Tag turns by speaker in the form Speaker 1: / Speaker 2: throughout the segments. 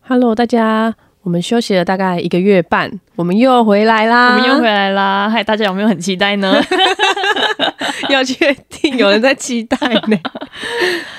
Speaker 1: Hello，大家，我们休息了大概一个月半，我们又回来啦，
Speaker 2: 我们又回来啦！嗨，大家有没有很期待呢？
Speaker 1: 要确定有人在期待呢。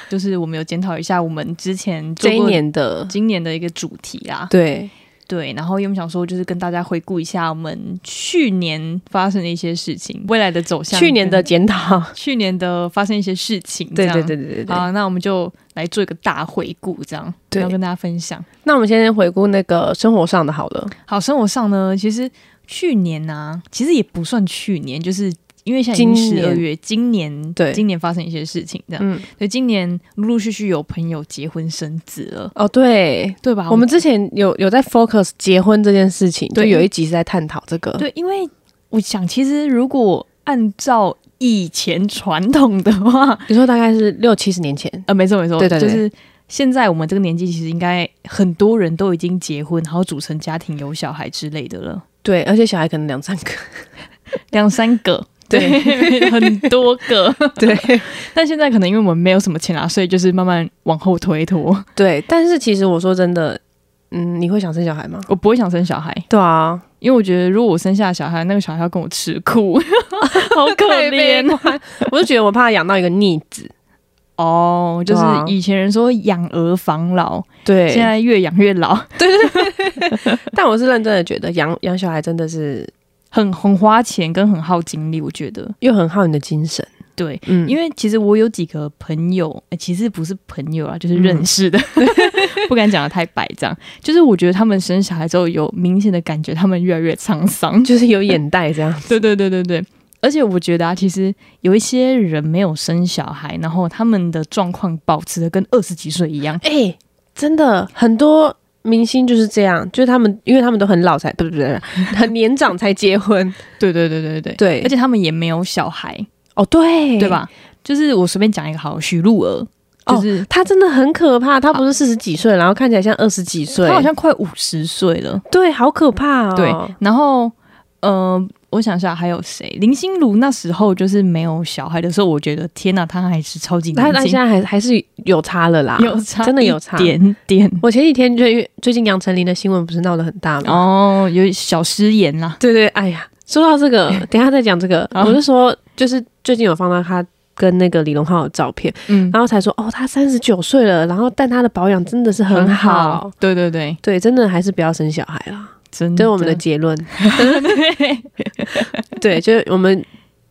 Speaker 2: 就是我们有检讨一下我们之前 做
Speaker 1: 这一
Speaker 2: 过
Speaker 1: 年的，
Speaker 2: 今年的一个主题啦，
Speaker 1: 对，
Speaker 2: 对，然后又想说就是跟大家回顾一下我们去年发生的一些事情，未来的走向，
Speaker 1: 去年的检讨，
Speaker 2: 去年的发生一些事情，
Speaker 1: 对
Speaker 2: 这
Speaker 1: 对
Speaker 2: 样
Speaker 1: 对对对对。
Speaker 2: 好，那我们就来做一个大回顾，这样
Speaker 1: 对
Speaker 2: 要跟大家分享。
Speaker 1: 那我们先回顾那个生活上的好了，
Speaker 2: 好，生活上呢，其实去年啊，其实也不算去年，就是因为现在已经
Speaker 1: 今
Speaker 2: 十
Speaker 1: 年
Speaker 2: 二月，今年
Speaker 1: 对
Speaker 2: 今年发生一些事情，这样，
Speaker 1: 嗯，
Speaker 2: 所以今年陆陆续续有朋友结婚生子了，
Speaker 1: 哦，对。
Speaker 2: 对吧？
Speaker 1: 我们之前有有在 focus 结婚这件事情，就
Speaker 2: 对
Speaker 1: 有一集是在探讨这个，
Speaker 2: 对，因为我想，其实如果按照以前传统的话，
Speaker 1: 你说大概是六七十年前，
Speaker 2: 呃，没错没错，
Speaker 1: 对对对
Speaker 2: 就是现在我们这个年纪，其实应该很多人都已经结婚，然后组成家庭、有小孩之类的了，
Speaker 1: 对，而且小孩可能两三个，
Speaker 2: 两三个。
Speaker 1: 对，
Speaker 2: 很多个。
Speaker 1: 对，
Speaker 2: 但现在可能因为我们没有什么钱啊，所以就是慢慢往后推脱。
Speaker 1: 对，但是其实我说真的，嗯，你会想生小孩吗？
Speaker 2: 我不会想生小孩，
Speaker 1: 对啊，
Speaker 2: 因为我觉得如果我生下小孩，那个小孩要跟我吃苦， 好可怜哦
Speaker 1: 我就觉得我怕养到一个逆子，
Speaker 2: 哦。就是
Speaker 1: 对啊
Speaker 2: 以前人说养儿防老，
Speaker 1: 对
Speaker 2: 现在越养越老，
Speaker 1: 但我是认真的觉得养养小孩真的是
Speaker 2: 很很花钱跟很耗精力，我觉得
Speaker 1: 又很耗你的精神，
Speaker 2: 对。
Speaker 1: 嗯，
Speaker 2: 因
Speaker 1: 为
Speaker 2: 为其实我有几个朋友，呃其实不是朋友啊，就是认识的， 不敢讲的太白，这样就是我觉得他们生小孩之后有明显的感觉，他们越来越沧桑，
Speaker 1: 就是有眼袋这样，
Speaker 2: 对对对对对，而且我觉得啊，其实有一些人没有生小孩，然后他们的状况保持的跟二十几岁一样。
Speaker 1: 哎、真的很多。明星就是这样，就是他们，因为他们都很老才，不是不是，很年长才结婚，
Speaker 2: 对对对对对对，
Speaker 1: 对
Speaker 2: 而，且他们也没有小孩，
Speaker 1: 哦对，
Speaker 2: 对？吧？就是我随便讲一个好了，许茹儿，
Speaker 1: 哦
Speaker 2: 就是、
Speaker 1: 他真的很可怕，他不是四十几岁，然后看起来像二十几岁，
Speaker 2: 她好像快五十岁了，
Speaker 1: 对，好可怕哦，
Speaker 2: 对，然后呃。我想一下，还有谁？林心如那时候就是没有小孩的时候，我觉得天哪，她还是超级
Speaker 1: 他他
Speaker 2: 年
Speaker 1: 现
Speaker 2: 轻，
Speaker 1: 在还还是有差了啦，
Speaker 2: 有差
Speaker 1: 真的有
Speaker 2: 一
Speaker 1: 差
Speaker 2: 点点
Speaker 1: 我前几天就因为最近杨丞琳的新闻不是闹得很大吗？
Speaker 2: 哦，有小失言啊啦。
Speaker 1: 对对，哎呀，说到这个， 等一下再讲这个。
Speaker 2: 好
Speaker 1: 我是说，就是最近有放到他跟那个李荣浩的照片，
Speaker 2: 嗯，
Speaker 1: 然后才说哦，他三十九岁了，然后但他的保养真的是很
Speaker 2: 很
Speaker 1: 好。
Speaker 2: 好，嗯嗯对对对，
Speaker 1: 对，真的还是不要生小孩啦，
Speaker 2: 真
Speaker 1: 这是我们的结 论。对，就是我们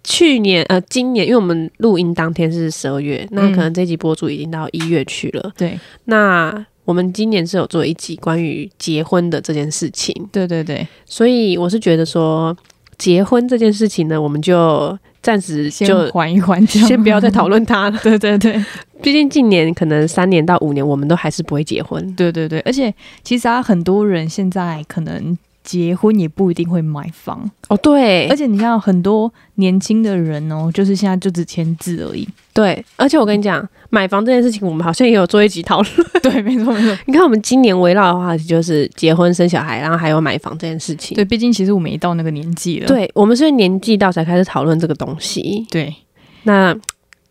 Speaker 1: 去年呃，今年，因为我们录音当天是十二月，那
Speaker 2: 嗯
Speaker 1: 可能这集播出已经到一月去了。
Speaker 2: 对
Speaker 1: 那我们今年是有做一集关于结婚的这件事情，
Speaker 2: 对对对，
Speaker 1: 所以我是觉得说，结婚这件事情呢，我们就暂时
Speaker 2: 先
Speaker 1: 就
Speaker 2: 缓一缓，这样
Speaker 1: 先不要再讨论它了
Speaker 2: 。对对对
Speaker 1: 毕竟近年可能三年到五年，我们都还是不会结婚。
Speaker 2: 对对对，而且其实啊，很多人现在可能结婚也不一定会买房，
Speaker 1: 哦，对
Speaker 2: 而，且你像很多年轻的人哦，就是现在就只签字而已。
Speaker 1: 对，而且我跟你讲，买房这件事情，我们好像也有做一集讨论。
Speaker 2: 对，没错没 错。
Speaker 1: 你看，我们今年围绕的话题就是结婚、生小孩，然后还有买房这件事情。
Speaker 2: 对，毕竟其实我们也到那个年纪了。
Speaker 1: 对，我们是年纪到才开始讨论这个东西。
Speaker 2: 对
Speaker 1: 那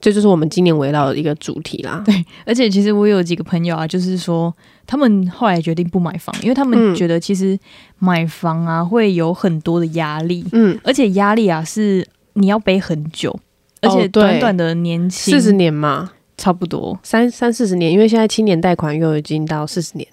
Speaker 1: 这就是我们今年围绕的一个主题啦。
Speaker 2: 对，而且其实我有几个朋友啊，就是说他们后来决定不买房，因为他们
Speaker 1: 嗯
Speaker 2: 觉得其实买房啊会有很多的压力，
Speaker 1: 嗯，
Speaker 2: 而且压力啊是你要背很久，而且
Speaker 1: 哦对
Speaker 2: 短短的年轻，
Speaker 1: 四十年嘛，
Speaker 2: 差不多。
Speaker 1: 三三四十年，因为现在青年贷款又已经到四十年，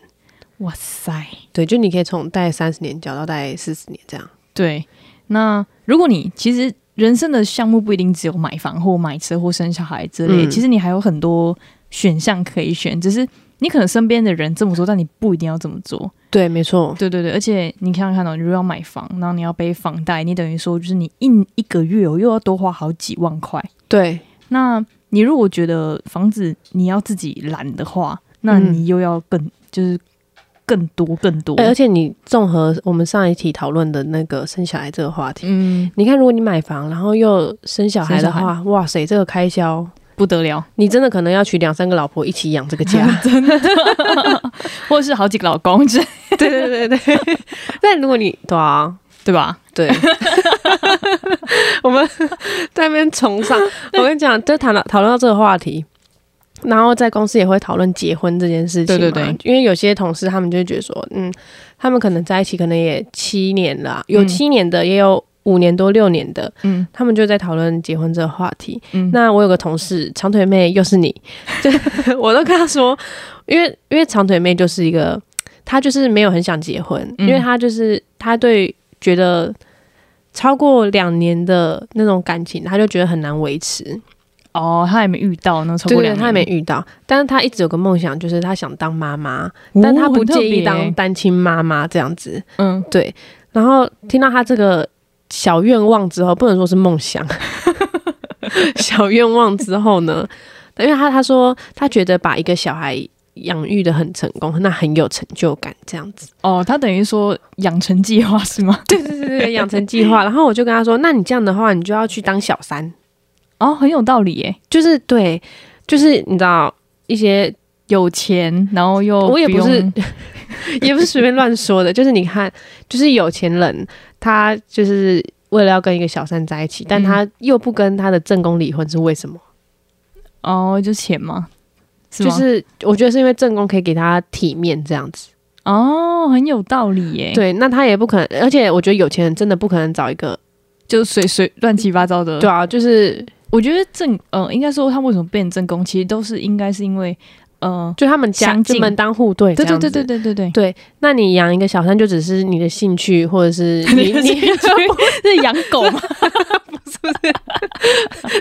Speaker 2: 哇塞，
Speaker 1: 对，就你可以从贷三十年缴到贷四十年这样。
Speaker 2: 对。那如果你其实人生的项目不一定只有买房或买车或生小孩之类，
Speaker 1: 嗯
Speaker 2: 其实你还有很多选项可以选，只是你可能身边的人这么做，但你不一定要这么做。
Speaker 1: 对，没错，
Speaker 2: 对对对，而且你想想看哦，你如果要买房，然后你要背房贷，你等于说就是你一一个月哦又要多花好几万块。
Speaker 1: 对
Speaker 2: 那你如果觉得房子你要自己揽的话，那
Speaker 1: 嗯
Speaker 2: 你又要更、就是更多更多。
Speaker 1: 哎而且你综合我们上一题讨论的那个生小孩这个话题，
Speaker 2: 嗯，
Speaker 1: 你看，如果你买房，然后又生小孩的
Speaker 2: 生小
Speaker 1: 话，哇塞，这个开销，
Speaker 2: 不得了，
Speaker 1: 你真的可能要娶两三个老婆一起养这个 家。
Speaker 2: 或者是好几个老公，这
Speaker 1: 对对对对对。但如果你对啊，
Speaker 2: 对吧？
Speaker 1: 对， 我们在那边崇尚。我跟你讲，就谈到讨论到这个话题，然后在公司也会讨论结婚这件事情嘛，
Speaker 2: 对对对
Speaker 1: 因为有些同事他们就会觉得说，嗯，他们可能在一起可能也七年了啊，有
Speaker 2: 嗯
Speaker 1: 七年的，也有五年多六年的，
Speaker 2: 嗯
Speaker 1: 他们就在讨论结婚这个话题。
Speaker 2: 嗯
Speaker 1: 那我有个同事，长腿妹又是你， 就我都跟她说，因为因为长腿妹就是一个，她就是没有很想结婚，
Speaker 2: 嗯
Speaker 1: 因为她就是她对觉得超过两年的那种感情，她就觉得很难维持，
Speaker 2: 哦，他还没遇到呢，超
Speaker 1: 对
Speaker 2: 过
Speaker 1: 对，
Speaker 2: 两年，
Speaker 1: 她也没遇到，但是她一直有个梦想，就是她想当妈妈，
Speaker 2: 哦，
Speaker 1: 但她不
Speaker 2: 很特
Speaker 1: 介意
Speaker 2: 别欸
Speaker 1: 当单亲妈妈这样子，
Speaker 2: 嗯，
Speaker 1: 对，然后听到他这个小愿望之后，不能说是梦想， 小愿望之后呢，因为他他说他觉得把一个小孩养育的很成功，那很有成就感，这样子。
Speaker 2: 哦，他等于说养成计划是吗？
Speaker 1: 对对对对，养成计划。 然后我就跟他说，那你这样的话，你就要去当小三，
Speaker 2: 哦，很有道理耶，
Speaker 1: 就是对，就是你知道一些
Speaker 2: 有钱，然后又
Speaker 1: 我也不是
Speaker 2: 用
Speaker 1: 也不是随便乱说的，就是你看，就是有钱人，他就是为了要跟一个小三在一起，但他又不跟他的正宫离婚，是为什么？
Speaker 2: 哦，就钱吗？是
Speaker 1: 就
Speaker 2: 吗
Speaker 1: 是我觉得是因为正宫可以给他体面这样子。
Speaker 2: 哦，很有道理耶，，
Speaker 1: 对，那他也不可能，而且我觉得有钱人真的不可能找一个，
Speaker 2: 就随随乱七八糟的，
Speaker 1: 对啊，就是
Speaker 2: 我觉得正呃，应该说他为什么变正宫，其实都是应该是因为呃，
Speaker 1: 就他们家
Speaker 2: 相近
Speaker 1: 就门当户对，
Speaker 2: 对对对对。对对 对，
Speaker 1: 对，那你养一个小三，就只是你的兴趣，或者是 你
Speaker 2: 你
Speaker 1: 你
Speaker 2: 是养狗嘛，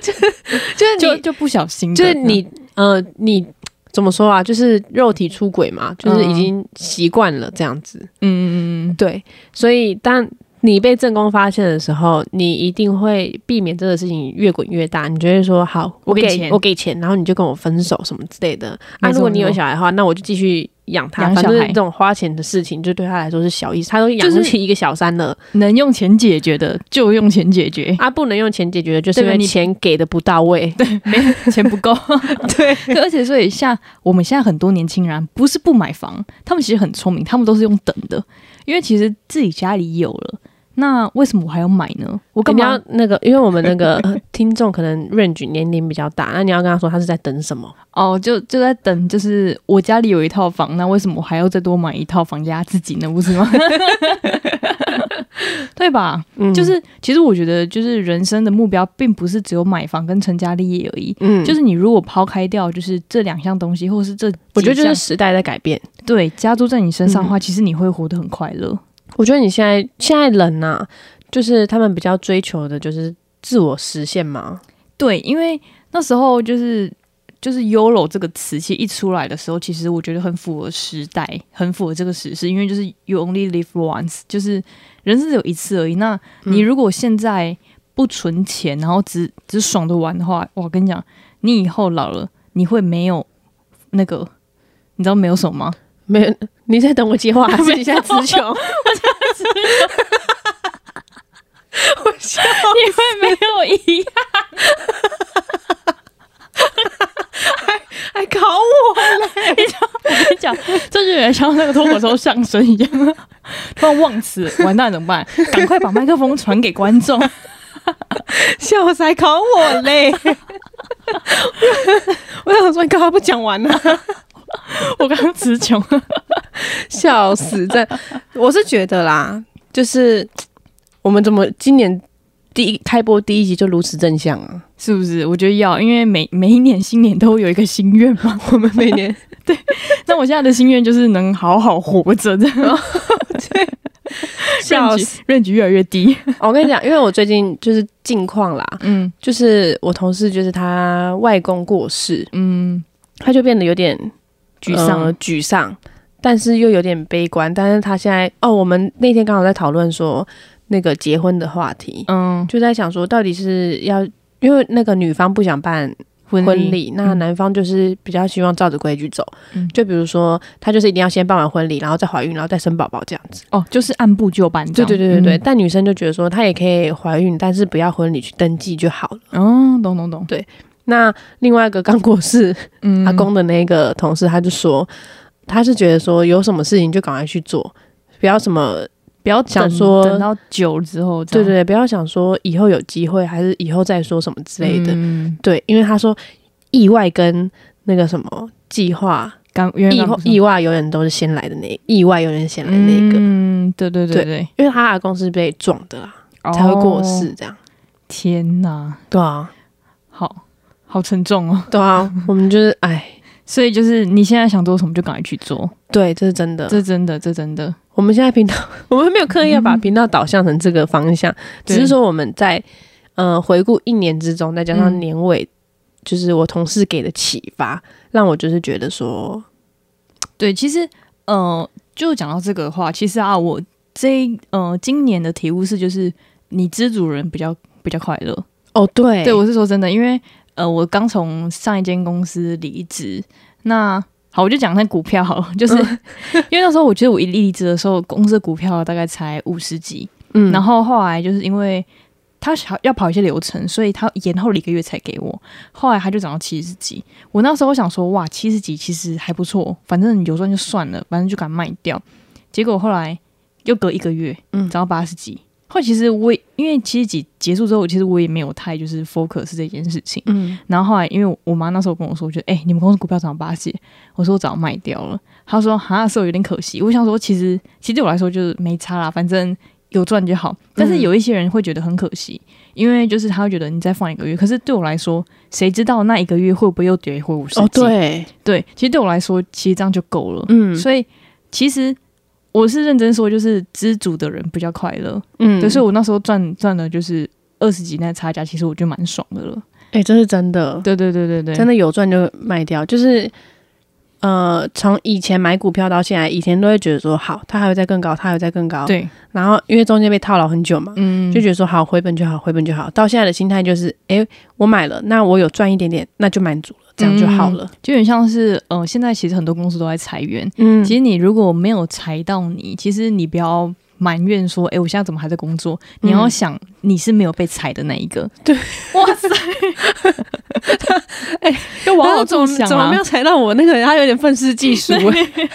Speaker 1: 就是
Speaker 2: 就
Speaker 1: 你
Speaker 2: 就嗯不小心的，
Speaker 1: 就是你呃你怎么说啊？就是肉体出轨嘛，就是已
Speaker 2: 嗯
Speaker 1: 经习惯了这样子。
Speaker 2: 嗯，嗯嗯嗯，
Speaker 1: 对，所以当你被正宫发现的时候，你一定会避免这个事情越滚越大。你就会说：“好，
Speaker 2: 我
Speaker 1: 给
Speaker 2: 给钱
Speaker 1: 我给钱，然后你就跟我分手什么之类的。”啊，
Speaker 2: 没
Speaker 1: 如
Speaker 2: 错
Speaker 1: 果你有
Speaker 2: 没错
Speaker 1: 小孩的话，那我就继续养他。
Speaker 2: 养
Speaker 1: 反
Speaker 2: 小
Speaker 1: 正
Speaker 2: 孩
Speaker 1: 这种花钱的事情，就对他来说是小意思，他都养
Speaker 2: 就是
Speaker 1: 不起一个小三了、
Speaker 2: 嗯能用钱解决的就用钱解决，
Speaker 1: 啊！不能用钱解决的，就是因
Speaker 2: 对
Speaker 1: 为
Speaker 2: 你
Speaker 1: 钱给的不到位。
Speaker 2: 没钱不够， 对，而且所以像我们现在很多年轻人啊不是不买房，他们其实很聪明，他们都是用等的，因为其实自己家里有了，那为什么我还要买呢？我干
Speaker 1: 你
Speaker 2: 嘛
Speaker 1: 要那个，因为我们那个 呃听众可能 range 年龄比较大，那你要跟他说他是在等什么？
Speaker 2: 哦，就就在等，就是我家里有一套房，那为什么我还要再多买一套房压自己呢？不是吗？ 对吧？
Speaker 1: 嗯
Speaker 2: 就是其实我觉得，就是人生的目标并不是只有买房跟成家立业而已。
Speaker 1: 嗯，
Speaker 2: 就是你如果抛开掉，就是这两项东西，或是这几项，
Speaker 1: 我觉得就是时代在改变。
Speaker 2: 对加注在你身上的话，其实你会活得很快乐。
Speaker 1: 我觉得你现在现在人呐、就是他们比较追求的就是自我实现嘛。
Speaker 2: 对，因为那时候就是就是 “yolo” 这个词，其实一出来的时候，其实我觉得很符合时代，很符合这个时事，因为就是 “you only live once”，就是人生只有一次而已。那你如果现在不存钱，然后只只爽着玩的话，我跟你讲，你以后老了，你会没有那个，你知道没有什么 吗？
Speaker 1: 没有，你在等我接 话，还是你现在词穷？
Speaker 2: 你会没有遗憾。
Speaker 1: 还考我？
Speaker 2: 我跟你讲， 这就有点像那个脱口秀相声一样， 突然忘词，完蛋怎么办？赶快把麦克风传给观 众。
Speaker 1: 笑死，还考我嘞！我想说，你干嘛不讲完呢、
Speaker 2: 我刚刚词穷。
Speaker 1: 笑死！这我是觉得啦，就是我们怎么今年第一开播第一集就如此正向啊？
Speaker 2: 是不是？我觉得要，因为每每一年新年都会有一个心愿嘛。
Speaker 1: 我 们每年
Speaker 2: 那我现在的心愿就是能好好活着，这样
Speaker 1: 笑死！
Speaker 2: 任局越来越低。
Speaker 1: 我跟你讲，因为我最近就是近况啦，
Speaker 2: 嗯
Speaker 1: 就是我同事，就是他外公过世，
Speaker 2: 嗯，
Speaker 1: 他就变得有点
Speaker 2: 沮丧
Speaker 1: 呃沮丧，但是又有点悲观。但是他现在哦，我们那天刚好在讨论说那个结婚的话题，
Speaker 2: 嗯，
Speaker 1: 就在想说到底是要。因为那个女方不想办
Speaker 2: 婚
Speaker 1: 婚礼，那男方就是比较希望照着规矩走。
Speaker 2: 嗯
Speaker 1: 就比如说，他就是一定要先办完婚礼，然后再怀孕，然后再生宝宝这样子。
Speaker 2: 哦，就是按部就班这
Speaker 1: 对
Speaker 2: 样。
Speaker 1: 对对对对。
Speaker 2: 对
Speaker 1: 但女生就觉得说，她也可以怀孕，但是不要婚礼去登记就好了。，
Speaker 2: 嗯哦，懂懂懂。
Speaker 1: 那另外一个刚过世
Speaker 2: 嗯
Speaker 1: 阿公的那个同事，他就说，他是觉得说有什么事情就赶快去做，不要什么，
Speaker 2: 不要
Speaker 1: 想
Speaker 2: 等
Speaker 1: 说
Speaker 2: 等到久了之后
Speaker 1: 对
Speaker 2: 这样，
Speaker 1: 对对，不要想说以后有机会还是以后再说什么之类的。
Speaker 2: 嗯
Speaker 1: 对，因为他说意外跟那个什么计划，
Speaker 2: 感原
Speaker 1: 意
Speaker 2: 来
Speaker 1: 外意外永远都是先来的那意外永远是先来的那一个，
Speaker 2: 嗯，对对对对，
Speaker 1: 因为他阿公是被撞的啦，才会过世
Speaker 2: 哦。
Speaker 1: 这样。
Speaker 2: 天哪，
Speaker 1: 对啊，
Speaker 2: 好好沉重哦。
Speaker 1: 对啊，我们就是哎，
Speaker 2: 所以就是你现在想做什么就赶快去做，
Speaker 1: 对，这是真的。
Speaker 2: 这真的，这真的，
Speaker 1: 我们现在频道， 我们没有刻意要把频道导向成这个方向，只是
Speaker 2: 对
Speaker 1: 说我们在呃回顾一年之中，再加上
Speaker 2: 嗯
Speaker 1: 年尾，就是我同事给的启发，让我就是觉得说，
Speaker 2: 对，其实，呃，就讲到这个的话，其实啊，我这一呃今年的题目是就是你知足人比较比较快乐。
Speaker 1: 哦，对，
Speaker 2: 对，我是说真的，因为呃，我刚从上一间公司离职，那好，我就讲那股票好了，就是、
Speaker 1: 嗯
Speaker 2: 因为那时候我觉得我一离职的时候，公司的股票大概才五十几，
Speaker 1: 嗯
Speaker 2: 然后后来就是因为他想要跑一些流程，所以他延后了一个月才给我。后来他就涨到七十几，我那时候想说哇，七十几其实还不错，反正有赚就算了，反正就敢卖掉。结果后来又隔一个月，
Speaker 1: 嗯
Speaker 2: 涨到八十几。后来其实我也因为七十几结束之后，其实我也没有太就是 focus 这件事情。
Speaker 1: 嗯，
Speaker 2: 然后后来，因为我我妈那时候跟我说，就哎、欸你们公司股票涨八十，我说我早卖掉了。她说哈，是我有点可惜。我想说，其实其实对我来说就是没差啦，反正有赚就好。但是有一些人会觉得很可惜，因为就是他会觉得你再放一个月，可是对我来说，谁知道那一个月会不会又跌回五十？
Speaker 1: 哦，对，
Speaker 2: 对，其实对我来说，其实这样就够了。
Speaker 1: 嗯
Speaker 2: 所以其实我是认真说，就是知足的人比较快乐。
Speaker 1: 嗯
Speaker 2: 对，所以我那时候赚赚了就是二十几那差价，其实我就蛮爽的了。
Speaker 1: 哎、这是真的，
Speaker 2: 对对对对对，
Speaker 1: 真的有赚就卖掉，就是。呃，从以前买股票到现在，以前都会觉得说好，它还会再更高，它还会再更高。。
Speaker 2: 对，
Speaker 1: 然后因为中间被套牢很久嘛，
Speaker 2: 嗯
Speaker 1: 就觉得说好回本就好，回本就好。到现在的心态就是，诶，我买了，那我有赚一点点，那就满足了，这样就好了。
Speaker 2: 就有点像是，呃，现在其实很多公司都在裁员。
Speaker 1: 嗯
Speaker 2: 其实你如果没有裁到你，其实你不要埋怨说，哎、我现在怎么还在工作？你要想你是没有被裁的那一个。
Speaker 1: 对，
Speaker 2: 哇塞，哎、要往好
Speaker 1: 怎
Speaker 2: 处
Speaker 1: 么
Speaker 2: 想
Speaker 1: 怎么
Speaker 2: 啊
Speaker 1: 没有。踩到我那个？他有点愤世嫉 俗、欸，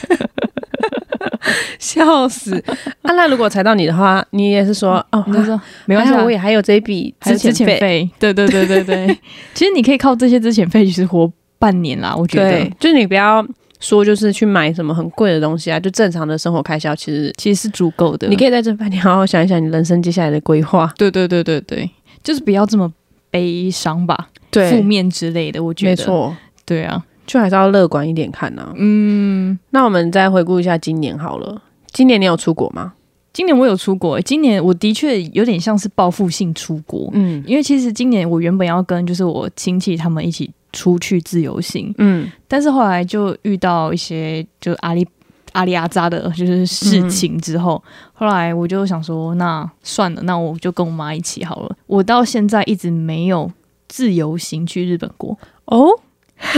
Speaker 1: 笑死！啊，那如果踩到你的话，你也是说哦，
Speaker 2: 你就说没关系
Speaker 1: 还
Speaker 2: 啊，
Speaker 1: 好我也还有这一笔
Speaker 2: 还有之前
Speaker 1: 前费，
Speaker 2: 费，对对对对对。 其实你可以靠这些之前费，其实活半年啦，我觉
Speaker 1: 对
Speaker 2: 得，
Speaker 1: 就是你不要说就是去买什么很贵的东西啊，就正常的生活开销，其实
Speaker 2: 其实是足够的。
Speaker 1: 你可以在这半年好好想一想你人生接下来的规划。
Speaker 2: 对对对对对，就是不要这么悲伤吧，负，面之类的，我觉得
Speaker 1: 没错。
Speaker 2: 对啊，
Speaker 1: 就还是要乐观一点看呐、嗯，那我们再回顾一下今年好了。今年你有出国吗？
Speaker 2: 今年我有出国、今年我的确有点像是报复性出国，
Speaker 1: 嗯
Speaker 2: 因为其实今年我原本要跟就是我亲戚他们一起出去自由行，
Speaker 1: 嗯
Speaker 2: 但是后来就遇到一些就阿里阿里阿扎的就是事情之后，后来我就想说，那算了，那我就跟我妈一起好了。我到现在一直没有自由行去日本过，
Speaker 1: 哦，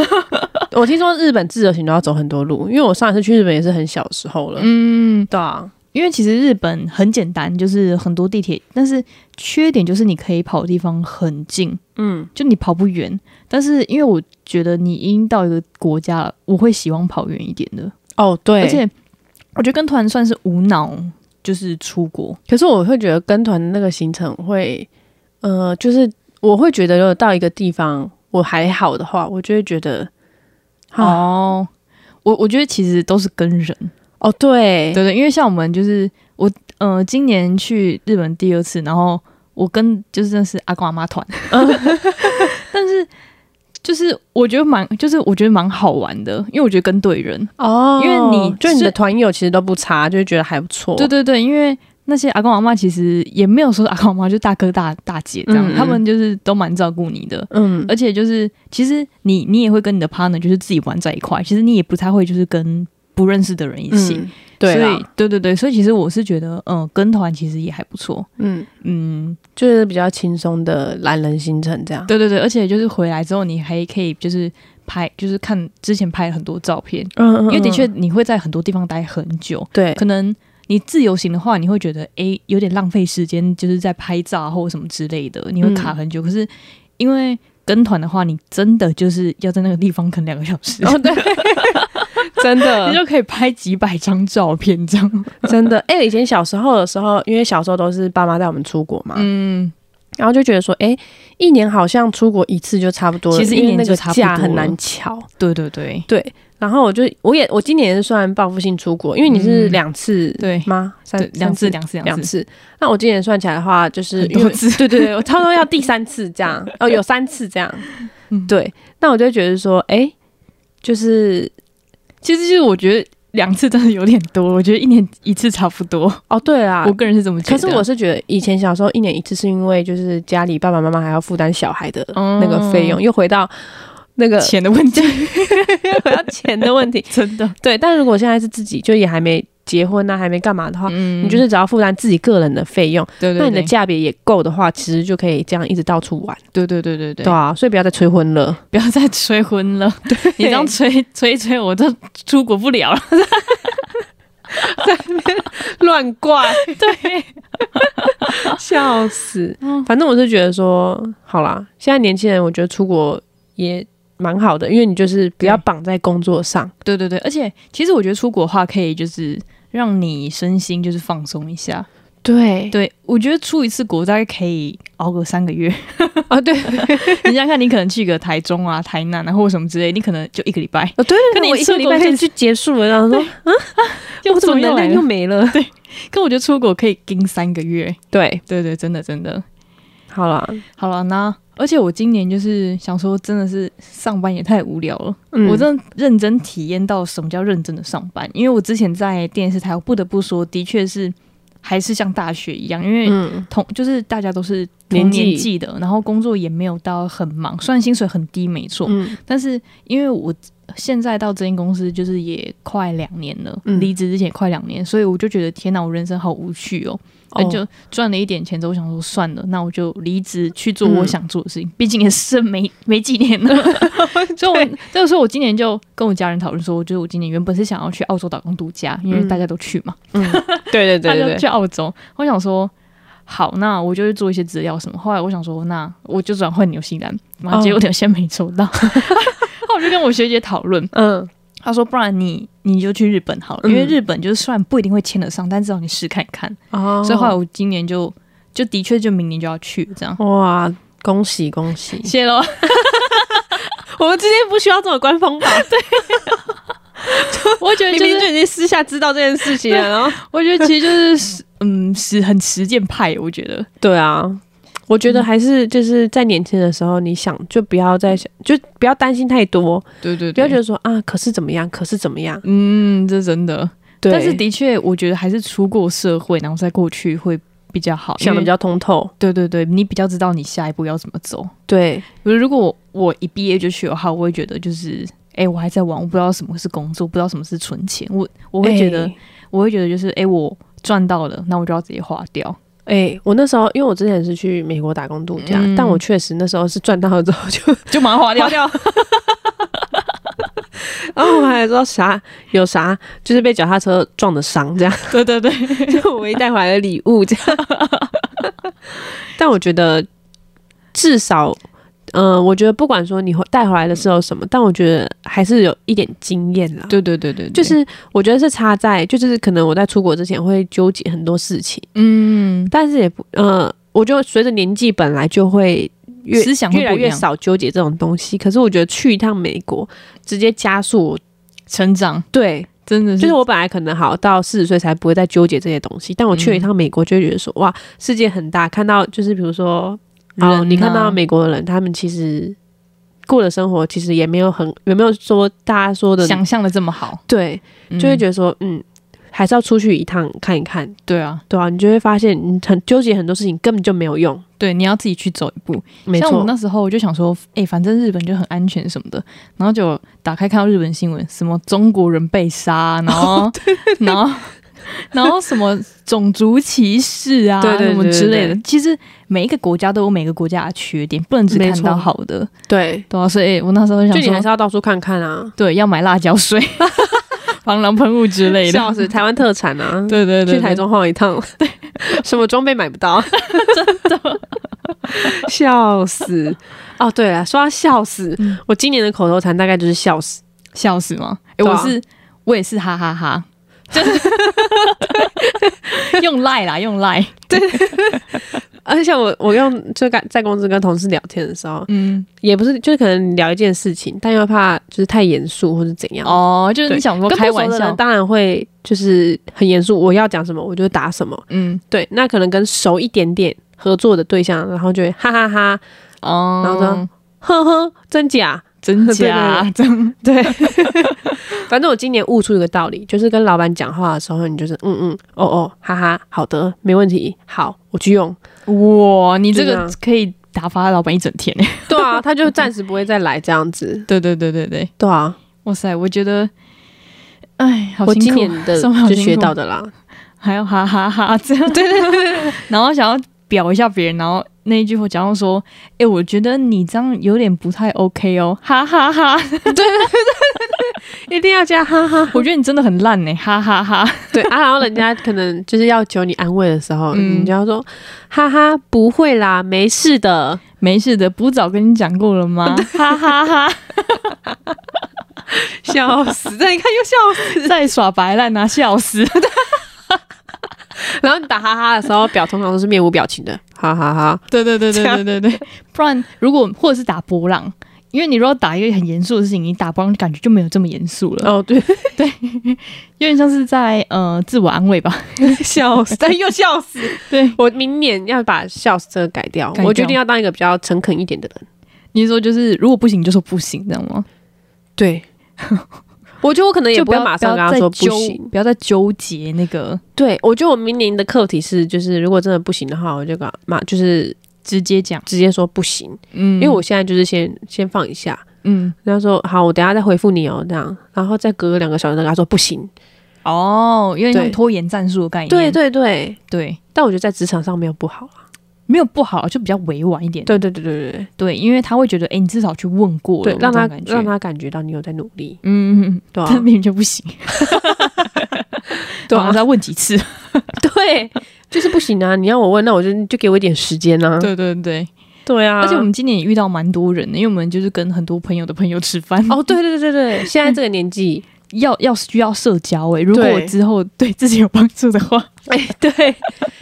Speaker 1: 我听说日本自由行都要走很多路，因为我上一次去日本也是很小时候了。
Speaker 2: 嗯，
Speaker 1: 对啊，
Speaker 2: 因为其实日本很简单，就是很多地铁，但是缺点就是你可以跑的地方很近，
Speaker 1: 嗯，
Speaker 2: 就你跑不远。但是因为我觉得你已经到一个国家了，我会希望跑远一点的，
Speaker 1: 哦对，
Speaker 2: 而且我觉得跟团算是无脑就是出国，
Speaker 1: 可是我会觉得跟团那个行程会，呃，就是我会觉得如果到一个地方我还好的话，我就会觉得，啊、哦
Speaker 2: 哦，我我觉得其实都是跟人，
Speaker 1: 哦对，
Speaker 2: 对对，因为像我们就是我呃今年去日本第二次，然后我跟就是真的是阿公阿妈 团，但是就是我觉得蛮就是我觉得蛮好玩的，因为我觉得跟对人，
Speaker 1: 哦，
Speaker 2: 因为你
Speaker 1: 就你的
Speaker 2: 是
Speaker 1: 团友其实都不差，就会觉得还不错。
Speaker 2: 对对对，因为。那些阿公阿妈其实也没有说阿公阿妈，就大哥大大姐这样，
Speaker 1: 嗯嗯
Speaker 2: 他们就是都蛮照顾你的。
Speaker 1: 嗯，
Speaker 2: 而且就是，其实你你也会跟你的 partner 就是自己玩在一块，其实你也不太会就是跟不认识的人一起。
Speaker 1: 嗯，对
Speaker 2: 所
Speaker 1: 啦
Speaker 2: 以对对对，所以其实我是觉得，嗯、跟团其实也还不错。
Speaker 1: 嗯。
Speaker 2: 嗯，
Speaker 1: 就是比较轻松的懒人行程这样。
Speaker 2: 对对对，而且就是回来之后，你还可以就是拍，就是看之前拍了很多照片，
Speaker 1: 嗯，嗯
Speaker 2: 因为的确
Speaker 1: 嗯
Speaker 2: 你会在很多地方待很久，
Speaker 1: 对，
Speaker 2: 可能。你自由行的话，你会觉得诶有点浪费时间，就是在拍照啊或者什么之类的，你会卡很久。可是因为跟团的话，你真的就是要在那个地方可能两个小时，
Speaker 1: 哦对， 真
Speaker 2: 你
Speaker 1: 的
Speaker 2: 就可以拍几百张照片这样。
Speaker 1: 真的。哎、以前小时候的时候，因为小时候都是爸妈带我们出国嘛，
Speaker 2: 嗯，
Speaker 1: 然后就觉得说，哎、一年好像出国一次就差不多了，
Speaker 2: 其实一
Speaker 1: 因为
Speaker 2: 年
Speaker 1: 那
Speaker 2: 就
Speaker 1: 个
Speaker 2: 差不
Speaker 1: 假
Speaker 2: 多
Speaker 1: 很
Speaker 2: 了
Speaker 1: 难瞧。
Speaker 2: 对对对
Speaker 1: 对，然后我就我也我今年也是算报复性出国，因为你是
Speaker 2: 嗯
Speaker 1: 两次
Speaker 2: 对
Speaker 1: 吗？三
Speaker 2: 对，两次
Speaker 1: 三
Speaker 2: 两次
Speaker 1: 两
Speaker 2: 次，
Speaker 1: 次。那我今年算起来的话，就是
Speaker 2: 很
Speaker 1: 因
Speaker 2: 多
Speaker 1: 为
Speaker 2: 次
Speaker 1: 对对对，我差不多要第三次这 样，哦，有三次这样。
Speaker 2: 嗯
Speaker 1: 对，那我就觉得说，哎、就是
Speaker 2: 其实就是我觉得两次真的有点多，我觉得一年一次差不多。
Speaker 1: 哦，对啦
Speaker 2: 我。个人是这么觉得
Speaker 1: 可
Speaker 2: 啊。
Speaker 1: 是我是觉得以前小时候一年一次，是因为就是家里爸爸妈妈还要负担小孩的那个费用，
Speaker 2: 嗯
Speaker 1: 又回到那个
Speaker 2: 钱的问题，
Speaker 1: 又回到钱的问 题。
Speaker 2: 哦 真的。
Speaker 1: 对，但如果现在是自己，就也还没结婚啊，还没干嘛的话，
Speaker 2: 嗯
Speaker 1: 你就是只要负担自己个人的费用，
Speaker 2: 对对对，
Speaker 1: 那你的价别也够的话，其实就可以这样一直到处玩，
Speaker 2: 对对对对对
Speaker 1: 对，啊，所以不要再催婚了。
Speaker 2: 不要再催婚 了。你这样催催一催，我都出国不了了。
Speaker 1: 乱 怪，
Speaker 2: 对，
Speaker 1: 笑死
Speaker 2: 嗯！
Speaker 1: 反正我是觉得说，好啦，现在年轻人我觉得出国也蛮好的，因为你就是不要
Speaker 2: 对
Speaker 1: 绑在工作上。
Speaker 2: 对对对，而且其实我觉得出国的话，可以就是让你身心就是放松一下。
Speaker 1: 对对
Speaker 2: 对，我觉得出一次国大概可以熬个三个 月。
Speaker 1: 啊，对
Speaker 2: 你想想看，你可能去个台中啊、台南啊，或者什么之类，你可能就一个礼 拜。
Speaker 1: 哦对，
Speaker 2: 可你
Speaker 1: 我一
Speaker 2: 出
Speaker 1: 个
Speaker 2: 国
Speaker 1: 礼拜
Speaker 2: 可以
Speaker 1: 就就结束了，然后说
Speaker 2: 就
Speaker 1: 我怎么啊
Speaker 2: 又
Speaker 1: 能
Speaker 2: 来
Speaker 1: 量
Speaker 2: 了
Speaker 1: 又没了？
Speaker 2: 可我觉得出国可以盯三个月。
Speaker 1: 对，
Speaker 2: 对对，真的真的。
Speaker 1: 好啦，
Speaker 2: 好了，那而且我今年就是想说，真的是上班也太无聊了。
Speaker 1: 嗯
Speaker 2: 我真的认真体验到什么叫认真的上班，因为我之前在电视台，我不得不说，的确是还是像大学一样，因为
Speaker 1: 嗯
Speaker 2: 同、就是大家都是
Speaker 1: 年
Speaker 2: 同
Speaker 1: 纪
Speaker 2: 年纪的，然后工作也没有到很忙，虽然薪水很低，没错，
Speaker 1: 嗯
Speaker 2: 但是因为我现在到这间公司就是也快两年了，
Speaker 1: 嗯
Speaker 2: 离职之前也快两年，所以我就觉得天哪，我人生好无趣哦。那、
Speaker 1: 哦
Speaker 2: 就赚了一点钱之后，我想说算了，那我就离职去做
Speaker 1: 嗯
Speaker 2: 我想做的事情，毕竟也剩没没几年了。 所以我这个时候，我今年就跟我家人讨论说，我觉得我今年原本是想要去澳洲打工度假，因为
Speaker 1: 嗯
Speaker 2: 大家都去嘛，
Speaker 1: 对对
Speaker 2: 大
Speaker 1: 对
Speaker 2: 家
Speaker 1: 对
Speaker 2: 都去澳洲。我想说。好，那我就去做一些资料什么。后来我想说，那我就转换纽西兰，然后结果
Speaker 1: 哦
Speaker 2: 纽西兰没 抽到，后来我就跟我学姐讨论，
Speaker 1: 嗯
Speaker 2: 她说不然你你就去日本好了，
Speaker 1: 嗯
Speaker 2: 因为日本就是虽然不一定会签得上，但至少你试看看。
Speaker 1: 哦
Speaker 2: 所以后来我今年就就的确就明年就要去这样。
Speaker 1: 哇，恭喜恭喜！
Speaker 2: 谢喽，
Speaker 1: 我们之间不需要这么官 方吧？
Speaker 2: 我觉得
Speaker 1: 明
Speaker 2: 就
Speaker 1: 明
Speaker 2: 是，
Speaker 1: 就已经私下知道这件事情了，然后
Speaker 2: 我觉得其实就是， 嗯，是很实践派，我觉得，
Speaker 1: 对啊，我觉得还是就是在年轻的时候，你想就不要再想，就不要担心太多，
Speaker 2: 对对
Speaker 1: 不要觉
Speaker 2: 得，
Speaker 1: 得说啊，可是怎么样，可是怎么样，
Speaker 2: 嗯，这真的，
Speaker 1: 对，
Speaker 2: 但是的确，我觉得还是出过社会，然后再过去会比较好，
Speaker 1: 想的比
Speaker 2: 因为，
Speaker 1: 较通透，
Speaker 2: 对对对，你比较知道你下一步要怎么走。
Speaker 1: 对，
Speaker 2: 比如如果我我一毕业就去的话，我会觉得就是。哎、我还在玩，我不知道什么是工作，不知道什么是存钱。我我
Speaker 1: 我
Speaker 2: 会觉得，我会觉得就是，哎、我赚到了，那我就要直接花掉。
Speaker 1: 哎、我那时候因为我之前是去美国打工度假，
Speaker 2: 嗯
Speaker 1: 但我确实那时候是赚到了之后就
Speaker 2: 就马上花掉。掉
Speaker 1: 然后我还知道啥有啥，就是被脚踏车撞的伤这样。
Speaker 2: 对对对，
Speaker 1: 就我唯一带回来的礼物这样。 但我觉得至少，嗯、我觉得不管说你回带回来的是有什么，但我觉得还是有一点经验啦。
Speaker 2: 对对对对，
Speaker 1: 就
Speaker 2: 就是
Speaker 1: 是我觉得是差在，就是可能我在出国之前会纠结很多事情，
Speaker 2: 嗯，
Speaker 1: 但是也不，呃，我就随着年纪本来就会越
Speaker 2: 思想会
Speaker 1: 越来
Speaker 2: 不一
Speaker 1: 越
Speaker 2: 样
Speaker 1: 少纠结这种东西。可是我觉得去一趟美国，直接加速我
Speaker 2: 成长
Speaker 1: 对
Speaker 2: 真的是，
Speaker 1: 就是我本来可能好到四十岁才不会再纠结这些东西，但我去
Speaker 2: 嗯
Speaker 1: 了一趟美国，就会觉得说、哇，世界很大，看到就是比如说，
Speaker 2: 人啊
Speaker 1: 哦，你看到美国的人，他们其实过的生活其实也没有很，有没有说大家说的
Speaker 2: 想象的这么好，
Speaker 1: 对，就会觉
Speaker 2: 得、
Speaker 1: 得说嗯。还是要出去一趟看一看，
Speaker 2: 对啊，
Speaker 1: 对啊，你就会发现你很纠结很多事情根本就没有用，
Speaker 2: 对，你要自己去走一步。
Speaker 1: 没
Speaker 2: 像我
Speaker 1: 错，
Speaker 2: 那时候我就想说，哎、反正日本就很安全什么的，然后就打开看到日本新闻，什么中国人被杀， 然后、然后。 然后什么种族歧视啊，
Speaker 1: 对对对
Speaker 2: 什么之类
Speaker 1: 对
Speaker 2: 的
Speaker 1: 对，
Speaker 2: 其实每一个国家都有每个国家的缺点，不能只
Speaker 1: 没
Speaker 2: 看
Speaker 1: 错
Speaker 2: 到好的，
Speaker 1: 对，
Speaker 2: 对啊。所以我那时候就
Speaker 1: 就
Speaker 2: 想
Speaker 1: 你还
Speaker 2: 说，
Speaker 1: 是要到处看看啊，
Speaker 2: 对，要买辣椒 水、防狼喷雾之类的。
Speaker 1: 笑死，台湾特产啊，
Speaker 2: 对对对，
Speaker 1: 去台中晃一趟，对， 什么装备买不到，真的笑死。哦，对了，说到笑死，
Speaker 2: 嗯
Speaker 1: 我今年的口头禅大概就是笑死。
Speaker 2: 笑死吗？哎、
Speaker 1: 对啊
Speaker 2: 我是我也是哈 哈哈 就是用赖啦，用赖，
Speaker 1: 而且我我用就在在公司跟同事聊天的时候，
Speaker 2: 嗯，
Speaker 1: 也不是就是可能聊一件事情，但又怕就是太严肃或是怎样。
Speaker 2: 哦，就是
Speaker 1: 对
Speaker 2: 你想说
Speaker 1: 跟不
Speaker 2: 开
Speaker 1: 熟
Speaker 2: 玩
Speaker 1: 的人
Speaker 2: 笑，
Speaker 1: 当然会就是很严肃，我要讲什么我就答什么。
Speaker 2: 嗯，
Speaker 1: 对，那可能跟熟一点点合作的对象，然后就会哈哈哈
Speaker 2: 哦，
Speaker 1: 然后呢呵呵，真假？
Speaker 2: 真 假真
Speaker 1: 对，反正我今年悟出一个道理，就是跟老板讲话的时候，你就是嗯嗯哦哦哈哈，好的，没问题，好，我去 用。
Speaker 2: 哇，你这
Speaker 1: 就这
Speaker 2: 个
Speaker 1: 样
Speaker 2: 可以打发老板一整天。
Speaker 1: 对啊，他就暂时不会再来这样子。
Speaker 2: 对对对对对，
Speaker 1: 对啊，
Speaker 2: 哇塞，我觉得，哎，好
Speaker 1: 我
Speaker 2: 辛苦，
Speaker 1: 今年 的
Speaker 2: 上班好
Speaker 1: 就
Speaker 2: 辛苦
Speaker 1: 学到的啦。
Speaker 2: 还要哈哈哈这样， 对对对，然后想要表一下别人，然后那一句话假如说，哎、我觉得你这样有点不太 OK 哦，哈哈 哈
Speaker 1: 一定要加哈 哈。
Speaker 2: 我觉得你真的很烂呢，哈哈哈
Speaker 1: 对啊，然后人家可能就是要求你安慰的时候，
Speaker 2: 嗯
Speaker 1: 你就要说哈哈，不会啦，没事的。
Speaker 2: 没事的，不早跟你讲过了 吗？哈哈哈，
Speaker 1: 笑死！这你看又笑
Speaker 2: 再耍白烂啊，笑死！
Speaker 1: 死。然后你打哈哈的时候，表通常都是面无表情的，哈哈哈。
Speaker 2: 对对对对对对对，不然如果或者是打波浪。因为你如果打一个很严肃的事情，你打波浪感觉就没有这么严肃了，
Speaker 1: 哦，对，
Speaker 2: 有点像是在呃自我安慰吧。
Speaker 1: 笑死，但又笑死。
Speaker 2: 对，
Speaker 1: 我明年要把笑死这个改掉，
Speaker 2: 改掉
Speaker 1: 我决定要当一个比较诚恳一点的人。
Speaker 2: 你是说就是如果不行就说不行，知道吗？
Speaker 1: 对， 我觉得我可能也
Speaker 2: 就
Speaker 1: 不会马上跟他
Speaker 2: 再
Speaker 1: 说不
Speaker 2: 纠
Speaker 1: 行。
Speaker 2: 不要再纠结那个，
Speaker 1: 对，我觉得我明年的课题是，就是如果真的不行的话，我就跟他马就是
Speaker 2: 直接讲。
Speaker 1: 直接说不行，
Speaker 2: 嗯，
Speaker 1: 因为我现在就是先先放一下，
Speaker 2: 嗯
Speaker 1: 然后说好，我等一下再回复你哦，这样，然后再隔两个小时再跟他说不行。
Speaker 2: 哦，有点像
Speaker 1: 对
Speaker 2: 拖延战术的概念。
Speaker 1: 对对对，
Speaker 2: 对，
Speaker 1: 但我觉得在职场上没有不好啊。
Speaker 2: 没有不好，就比较委婉一点。
Speaker 1: 对对对对对
Speaker 2: 对，因为他会觉得，哎，你至少去问过了，
Speaker 1: 对，让他
Speaker 2: 感觉
Speaker 1: 让。他感觉到你有在努力，
Speaker 2: 嗯，嗯嗯
Speaker 1: 对
Speaker 2: 但
Speaker 1: 啊，
Speaker 2: 明明就不行，
Speaker 1: 对
Speaker 2: 好像
Speaker 1: 啊，
Speaker 2: 再问 几次。
Speaker 1: 对，就是不行啊！你要我问，那我就就给我一点时间啊。
Speaker 2: 对对对，
Speaker 1: 对啊，
Speaker 2: 而且我们今年也遇到蛮多人的，因为我们就是跟很多朋友的朋友吃饭，
Speaker 1: 哦，对对对对对，现在这个年 纪，
Speaker 2: 要要需要社交哎。如果
Speaker 1: 对
Speaker 2: 我之后对自己有帮助的话，
Speaker 1: 哎，对，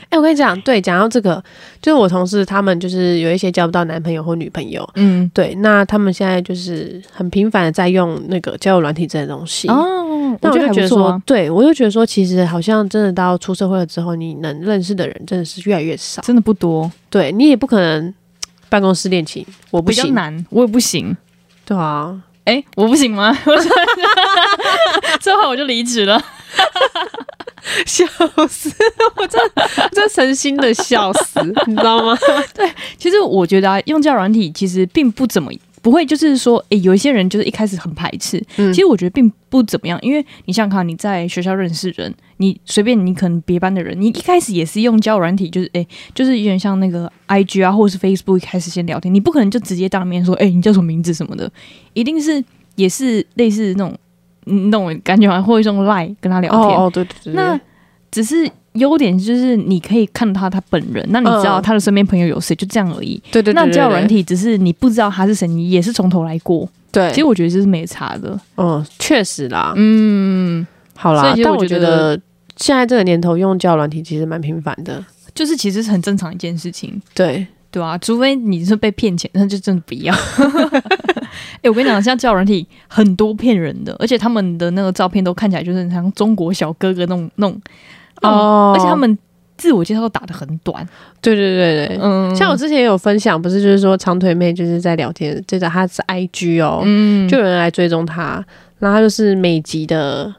Speaker 1: 哎，我跟你讲，对，讲到这个，就是我同事他们就是有一些交不到男朋友或女朋友，
Speaker 2: 嗯，
Speaker 1: 对，那他们现在就是很频繁的在用那个交友软体这些东西。
Speaker 2: 哦，
Speaker 1: 那我
Speaker 2: 觉
Speaker 1: 就
Speaker 2: 得还
Speaker 1: 觉
Speaker 2: 不
Speaker 1: 得
Speaker 2: 错
Speaker 1: 说，
Speaker 2: 啊，
Speaker 1: 对我就觉得说，其实好像真的到出社会了之后，你能认识的人真的是越来越少。
Speaker 2: 真的不多，
Speaker 1: 对你也不可能办公室恋情，我不
Speaker 2: 比较
Speaker 1: 行。
Speaker 2: 难，我也不行。
Speaker 1: 对啊，
Speaker 2: 哎、我不行吗？我说最后我就离职了。
Speaker 1: 笑死！ 我真的真诚心的笑死，你知道吗？
Speaker 2: 其实我觉得啊，用交友软体其实并不怎么，不会就是说，哎、有一些人就是一开始很排斥。
Speaker 1: 嗯
Speaker 2: 其实我觉得并不怎么样，因为你想想看，你在学校认识人，你随便你可能别班的人，你一开始也是用交友软体，就是哎、就是有点像那个 IG 啊，或者是 Facebook 一开始先聊天，你不可能就直接当面说，哎、你叫什么名字什么的，一定是也是类似那种，你懂我感觉吗？或者用 Line 跟他聊天。
Speaker 1: 哦哦，对对对，对
Speaker 2: 那只是优点就是你可以看到他他本人，那你知道
Speaker 1: 嗯
Speaker 2: 他的身边朋友有谁，就这样而已。
Speaker 1: 对对对，
Speaker 2: 那
Speaker 1: 对
Speaker 2: 交友软，体只是你不知道他是谁，你也是从头来过。
Speaker 1: 对
Speaker 2: 其实
Speaker 1: 对，
Speaker 2: 我觉得这是没差的。
Speaker 1: 嗯，确实啦，
Speaker 2: 嗯，
Speaker 1: 好
Speaker 2: 所以
Speaker 1: 啦
Speaker 2: 其，实
Speaker 1: 但
Speaker 2: 我
Speaker 1: 我
Speaker 2: 觉
Speaker 1: 觉
Speaker 2: 得
Speaker 1: 得现在这个年头用交友软体其实蛮频繁的，
Speaker 2: 就是其实是很正常一件事情，
Speaker 1: 对，
Speaker 2: 对啊，除非你是被骗钱，那就真的不要。 哎、我跟你讲，现在交友软体很多骗人的，而且他们的那个照片都看起来就是很像中国小哥哥那种那种，那种
Speaker 1: 哦
Speaker 2: 而且他，们自我介绍都打得很短。
Speaker 1: 对对对对。
Speaker 2: 嗯，
Speaker 1: 像我之前也有分享，不是就是说长腿妹就是在聊天，这个她是 IG 哦，
Speaker 2: 嗯，
Speaker 1: 就有人来追踪她，然后她就是美籍的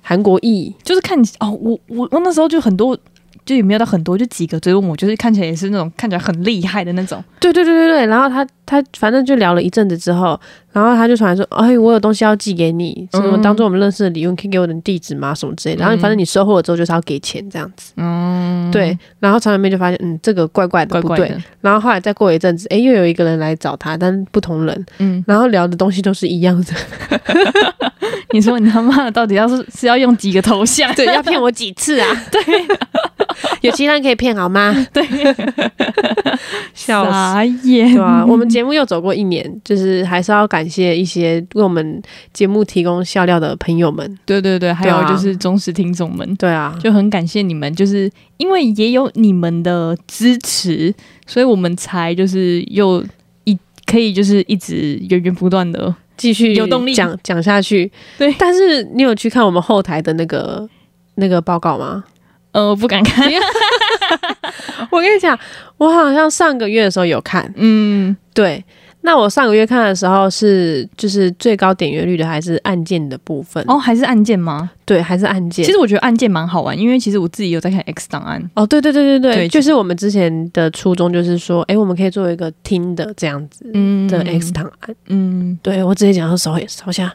Speaker 1: 韩国裔，
Speaker 2: 就是看起哦，我我我那时候就很多，就也没有到很多，就几个追问我，就是看起来也是那种看起来很厉害的那种。
Speaker 1: 对对对对对，然后他他反正就聊了一阵子之后，然后他就突然说：“哎，我有东西要寄给你，什么
Speaker 2: 嗯
Speaker 1: 当做我们认识的礼物，你可以给我点地址吗？什么之类的。”然后
Speaker 2: 嗯
Speaker 1: 反正你收获了之后就是要给钱这样子。
Speaker 2: 嗯，
Speaker 1: 对，然后常远妹就发现，嗯，这个怪怪的，
Speaker 2: 怪怪
Speaker 1: 不对。
Speaker 2: 的，
Speaker 1: 然后后来再过一阵子，哎，又有一个人来找他，但是不同人，
Speaker 2: 嗯，
Speaker 1: 然后聊的东西都是一样 的。
Speaker 2: 你说你他妈的到底要是是要用几个头像？
Speaker 1: 对，要骗我几次啊？对，有鸡蛋可以骗好吗？对， 笑死。
Speaker 2: 傻眼，
Speaker 1: 哦 对啊，我们节目又走过一年，就是还是要感谢一些为我们节目提供笑料的朋友们。
Speaker 2: 对对对，还
Speaker 1: 对
Speaker 2: 有
Speaker 1: 啊
Speaker 2: 就是忠实听众们，
Speaker 1: 对啊，
Speaker 2: 就很感谢你们，就是因为也有你们的支持，所以我们才就是又一可以就是一直源源不断的
Speaker 1: 继续
Speaker 2: 有动力
Speaker 1: 讲讲下去。
Speaker 2: 对
Speaker 1: 但是你有去看我们后台的那个那个报告吗？
Speaker 2: 呃不敢看，
Speaker 1: 我跟你讲，我好像上个月的时候有看，
Speaker 2: 嗯，
Speaker 1: 对。那我上个月看的时候是，就是最高点阅率的还是案件的部分
Speaker 2: 哦还是案件吗？
Speaker 1: 对，还是案件。
Speaker 2: 其实我觉得案件蛮好玩，因为其实我自己有在看 X 档案，
Speaker 1: 哦，对对对对对，
Speaker 2: 对
Speaker 1: 就是我们之前的初衷就是说，哎，我们可以做一个听的这样子
Speaker 2: 嗯
Speaker 1: 的 X 档案。
Speaker 2: 嗯，
Speaker 1: 对我直接讲到手也烧下，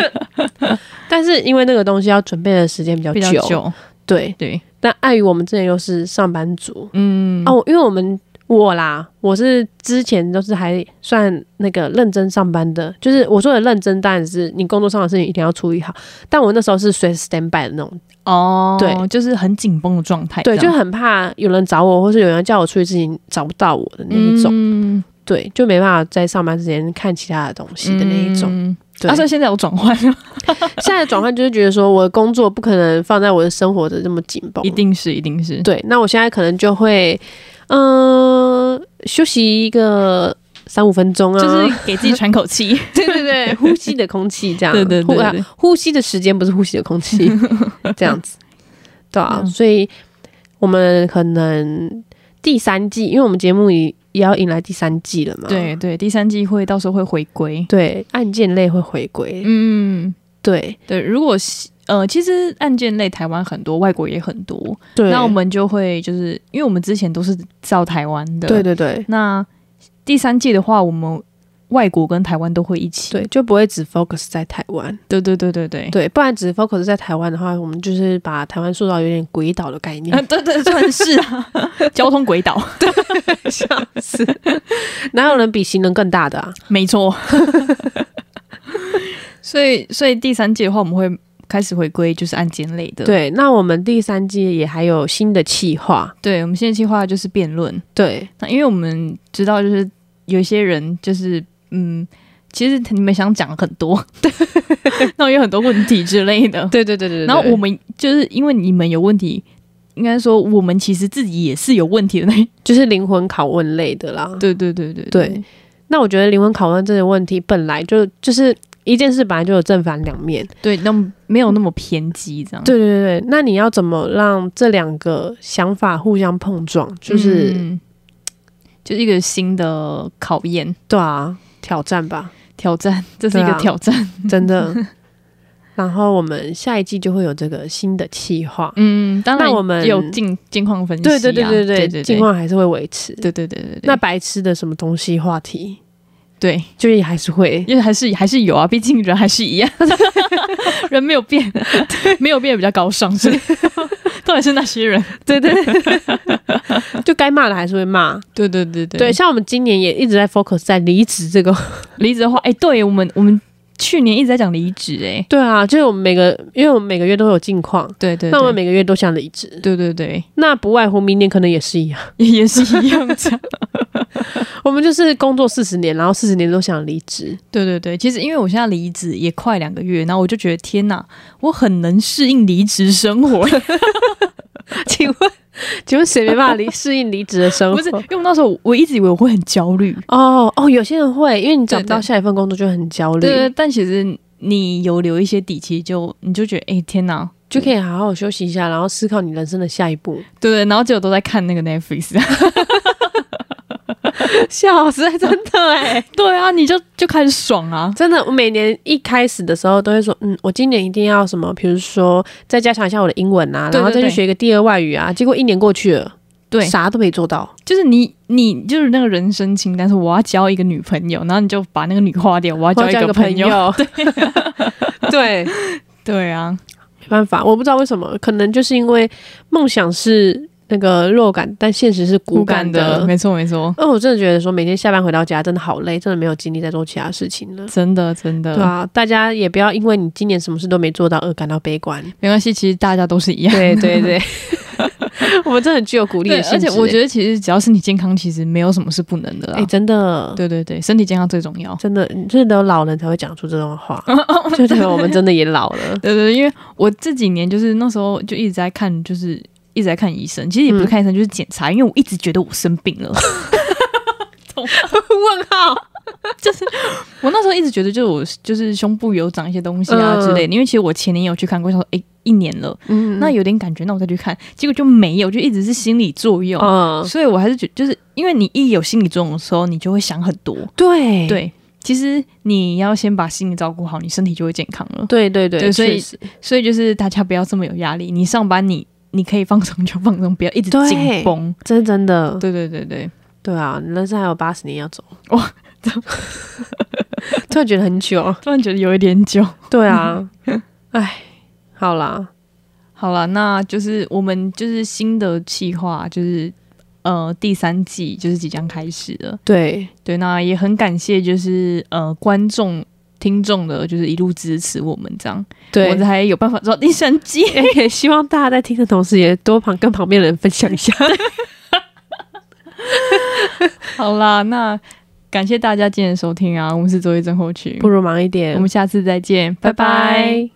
Speaker 1: 但是因为那个东西要准备的时间比较
Speaker 2: 比较久，
Speaker 1: 对，
Speaker 2: 对，
Speaker 1: 但碍于我们之前又是上班族、
Speaker 2: 嗯，
Speaker 1: 啊，我因为我们我啦，我是之前都是还算那个认真上班的，就是我说的认真，当然是你工作上的事情一定要处理好，但我那时候是随时 stand by 的那种，
Speaker 2: 哦，
Speaker 1: 对，
Speaker 2: 就是很紧绷的状态这
Speaker 1: 对，
Speaker 2: 样，
Speaker 1: 就很怕有人找我，或是有人叫我出去事情找不到我的那一种，
Speaker 2: 嗯
Speaker 1: 对，就没办法在上班时间看其他的东西的那一种。
Speaker 2: 嗯
Speaker 1: 对
Speaker 2: 啊，所以现在我转换了，
Speaker 1: 现在的转换就是觉得说，我的工作不可能放在我的生活的这么紧绷，
Speaker 2: 一定是，一定是，
Speaker 1: 对。那我现在可能就会，嗯、休息一个三五分钟啊，
Speaker 2: 就是给自己喘口气。
Speaker 1: 对对对，呼吸的空气 这样，
Speaker 2: 对对对
Speaker 1: 呼啊
Speaker 2: 对
Speaker 1: 呼吸的时间不是呼吸的空 气，这样子，对啊，
Speaker 2: 嗯
Speaker 1: 所以我们可能第三季，因为我们节目也也要迎来第三季了嘛，
Speaker 2: 对对，第三季会到时候会回归。
Speaker 1: 对，案件类会回归，
Speaker 2: 嗯，
Speaker 1: 对
Speaker 2: 对，如果是呃，其实案件类台湾很多，外国也很多，
Speaker 1: 对，
Speaker 2: 那我们就会就是因为我们之前都是照台湾的，
Speaker 1: 对对对
Speaker 2: 那第三季的话，我们外国跟台湾都会一起。
Speaker 1: 对，就不会只 focus 在台湾。
Speaker 2: 对对对对对。
Speaker 1: 对，不然只 focus 在台湾的话，我们就是把台湾塑造有点鬼岛的概
Speaker 2: 啊，
Speaker 1: 念，
Speaker 2: 对对，算是啊，交通轨道，
Speaker 1: 笑死！ 哪有人比行人更大的啊？
Speaker 2: 没错。所以，所以第三季的话，我们会开始回归就是案件类的。，
Speaker 1: 对，那我们第三季也还有新的企划，
Speaker 2: 对，我们现在计划就是辩论，
Speaker 1: 对
Speaker 2: 那因为我们知道，就是有一些人就是嗯，其实你们想讲很多，那有很多问题之类的。
Speaker 1: 对对对对
Speaker 2: 然后我们就是因为你们有问题，应该说我们其实自己也是有问题的那一。
Speaker 1: 就是灵魂拷问类的啦。
Speaker 2: 对对对对
Speaker 1: 对那我觉得灵魂拷问这个问题本来就就是一件事，本来就有正反两面。
Speaker 2: 对，那么没有那么偏激这样。
Speaker 1: 对对对对，那你要怎么让这两个想法互相碰撞？就是、
Speaker 2: 嗯就是一个新的考验
Speaker 1: 对啊，挑战吧。
Speaker 2: 挑战， 这是一
Speaker 1: 对
Speaker 2: 个
Speaker 1: 啊
Speaker 2: 挑战。
Speaker 1: 真的。然后我们下一季就会有这个新的企划，
Speaker 2: 嗯，当然
Speaker 1: 那我们
Speaker 2: 有近近况分析、啊。
Speaker 1: 对对对对
Speaker 2: 对
Speaker 1: 对，近况还是会维持。
Speaker 2: 对对对对对。
Speaker 1: 那白痴的什么东西话题，
Speaker 2: 对。
Speaker 1: 就是还是会。
Speaker 2: 因为还是还是有啊，毕竟人还是一 样，人没有变，没有变得比较高尚， 是到底是那些人？
Speaker 1: 对对， 就该骂的还是会骂。
Speaker 2: 对对对
Speaker 1: 对，
Speaker 2: 对，
Speaker 1: 像我们今年也一直在 focus 在离职这个。
Speaker 2: 离职的话，哎、对我们我们去年一直在讲离职、哎，
Speaker 1: 对啊，就是我们每个，因为我们每个月都有近况，
Speaker 2: 对对
Speaker 1: 那我们
Speaker 2: 对，
Speaker 1: 每个月都想离职，
Speaker 2: 对对对，
Speaker 1: 那不外乎明年可能也是一样。
Speaker 2: 也也是一样这样。
Speaker 1: 我们就是工作四十年，然后四十年都想离职。
Speaker 2: 对对对，其实因为我现在离职也快两个月，然后我就觉得天哪，我很能适应离职生 活，
Speaker 1: 请问，请问谁没办法离适应离职的生活？
Speaker 2: 不是因为我那时候我一直以为我会很焦虑，
Speaker 1: 哦哦，有些人会，因为你找不
Speaker 2: 对
Speaker 1: 到
Speaker 2: 对
Speaker 1: 下一份工作就很焦虑，
Speaker 2: 对对，但其实你有留一些底气，就你就觉得哎、天哪，
Speaker 1: 就可以好好休息一下，然后思考你人生的下一步。
Speaker 2: 对对，然后结果都在看那个 Netflix。
Speaker 1: 笑死，真的哎，
Speaker 2: 对啊，你就就开始爽啊。
Speaker 1: 真的，我每年一开始的时候都会说，嗯，我今年一定要什么，比如说再加强一下我的英文啊，
Speaker 2: 对
Speaker 1: 然后
Speaker 2: 对
Speaker 1: 再去
Speaker 2: 对
Speaker 1: 学一个第二外语啊。结果一年过去了，
Speaker 2: 对，
Speaker 1: 啥都没做到。
Speaker 2: 就是你你就是那个人生清单，是我要交一个女朋友，然后你就把那个女划掉，我要
Speaker 1: 我
Speaker 2: 交
Speaker 1: 啊要交
Speaker 2: 个
Speaker 1: 个
Speaker 2: 朋
Speaker 1: 朋 友， 对，
Speaker 2: 对啊，
Speaker 1: 没办法，我不知道为什么，可能就是因为梦想是那个肉感，但现实是骨感
Speaker 2: 感的，
Speaker 1: 的。
Speaker 2: 没错没错，
Speaker 1: 那我真的觉得说，每天下班回到家真的好累，真的没有精力再做其他事情了。
Speaker 2: 真的真的，
Speaker 1: 对啊，大家也不要因为你今年什么事都没做到而感到悲观。
Speaker 2: 没关系，其实大家都是一样。
Speaker 1: 对对 对，我们真的很具有鼓励
Speaker 2: 对
Speaker 1: 的，性
Speaker 2: 而
Speaker 1: 质
Speaker 2: 且
Speaker 1: 欸。
Speaker 2: 我觉得其实只要身体健康，其实没有什么是不能的啦。
Speaker 1: 哎、真的，
Speaker 2: 对对对，身体健康最重要。
Speaker 1: 真的，就是只有老人才会讲出这种话， 就代表我们真的也老了。
Speaker 2: 对对，对因为我这几年就是那时候就一直在看，就是一直在看医生。其实也不是看医生，就是检查，因为我一直觉得我生病了。
Speaker 1: 嗯问号，
Speaker 2: 我那时候一直觉得，就是我就是胸部有长一些东西啊
Speaker 1: 嗯
Speaker 2: 之类的。因为其实我前年有去看过，想说哎、诶一年了，
Speaker 1: 嗯
Speaker 2: 那有点感觉，那我再去看，结果就没有，就一直是心理作用。
Speaker 1: 嗯，
Speaker 2: 所以我还是觉就是因为你一有心理作用的时候，你就会想很多。
Speaker 1: 对
Speaker 2: 对，其实你要先把心理照顾好，你身体就会健康了。
Speaker 1: 对对对，
Speaker 2: 对所以
Speaker 1: 确实
Speaker 2: 所以就是大家不要这么有压力，你上班你你可以放松就放松，不要一直
Speaker 1: 对
Speaker 2: 紧绷。
Speaker 1: 真真的，
Speaker 2: 对对对对，
Speaker 1: 对啊，你人生还有八十年要走，
Speaker 2: 哇，
Speaker 1: 突然觉得很久。
Speaker 2: 突然觉得有一点久。
Speaker 1: 对 啊，哎，好啦，
Speaker 2: 好了，那就是我们就是新的计划，就是呃第三季就是即将开始了。
Speaker 1: 对
Speaker 2: 对，那也很感谢就是呃观众。听众的，就是一路支持我们这样，
Speaker 1: 对
Speaker 2: 我，才有办法做到第三季。
Speaker 1: 哎、 希望大家在听的同时，也多旁跟旁边的人分享一 下。
Speaker 2: 好啦，那感谢大家今天的收听啊，我们是周一真后群，
Speaker 1: 不如忙一点，
Speaker 2: 我们下次再见，拜拜
Speaker 1: 拜拜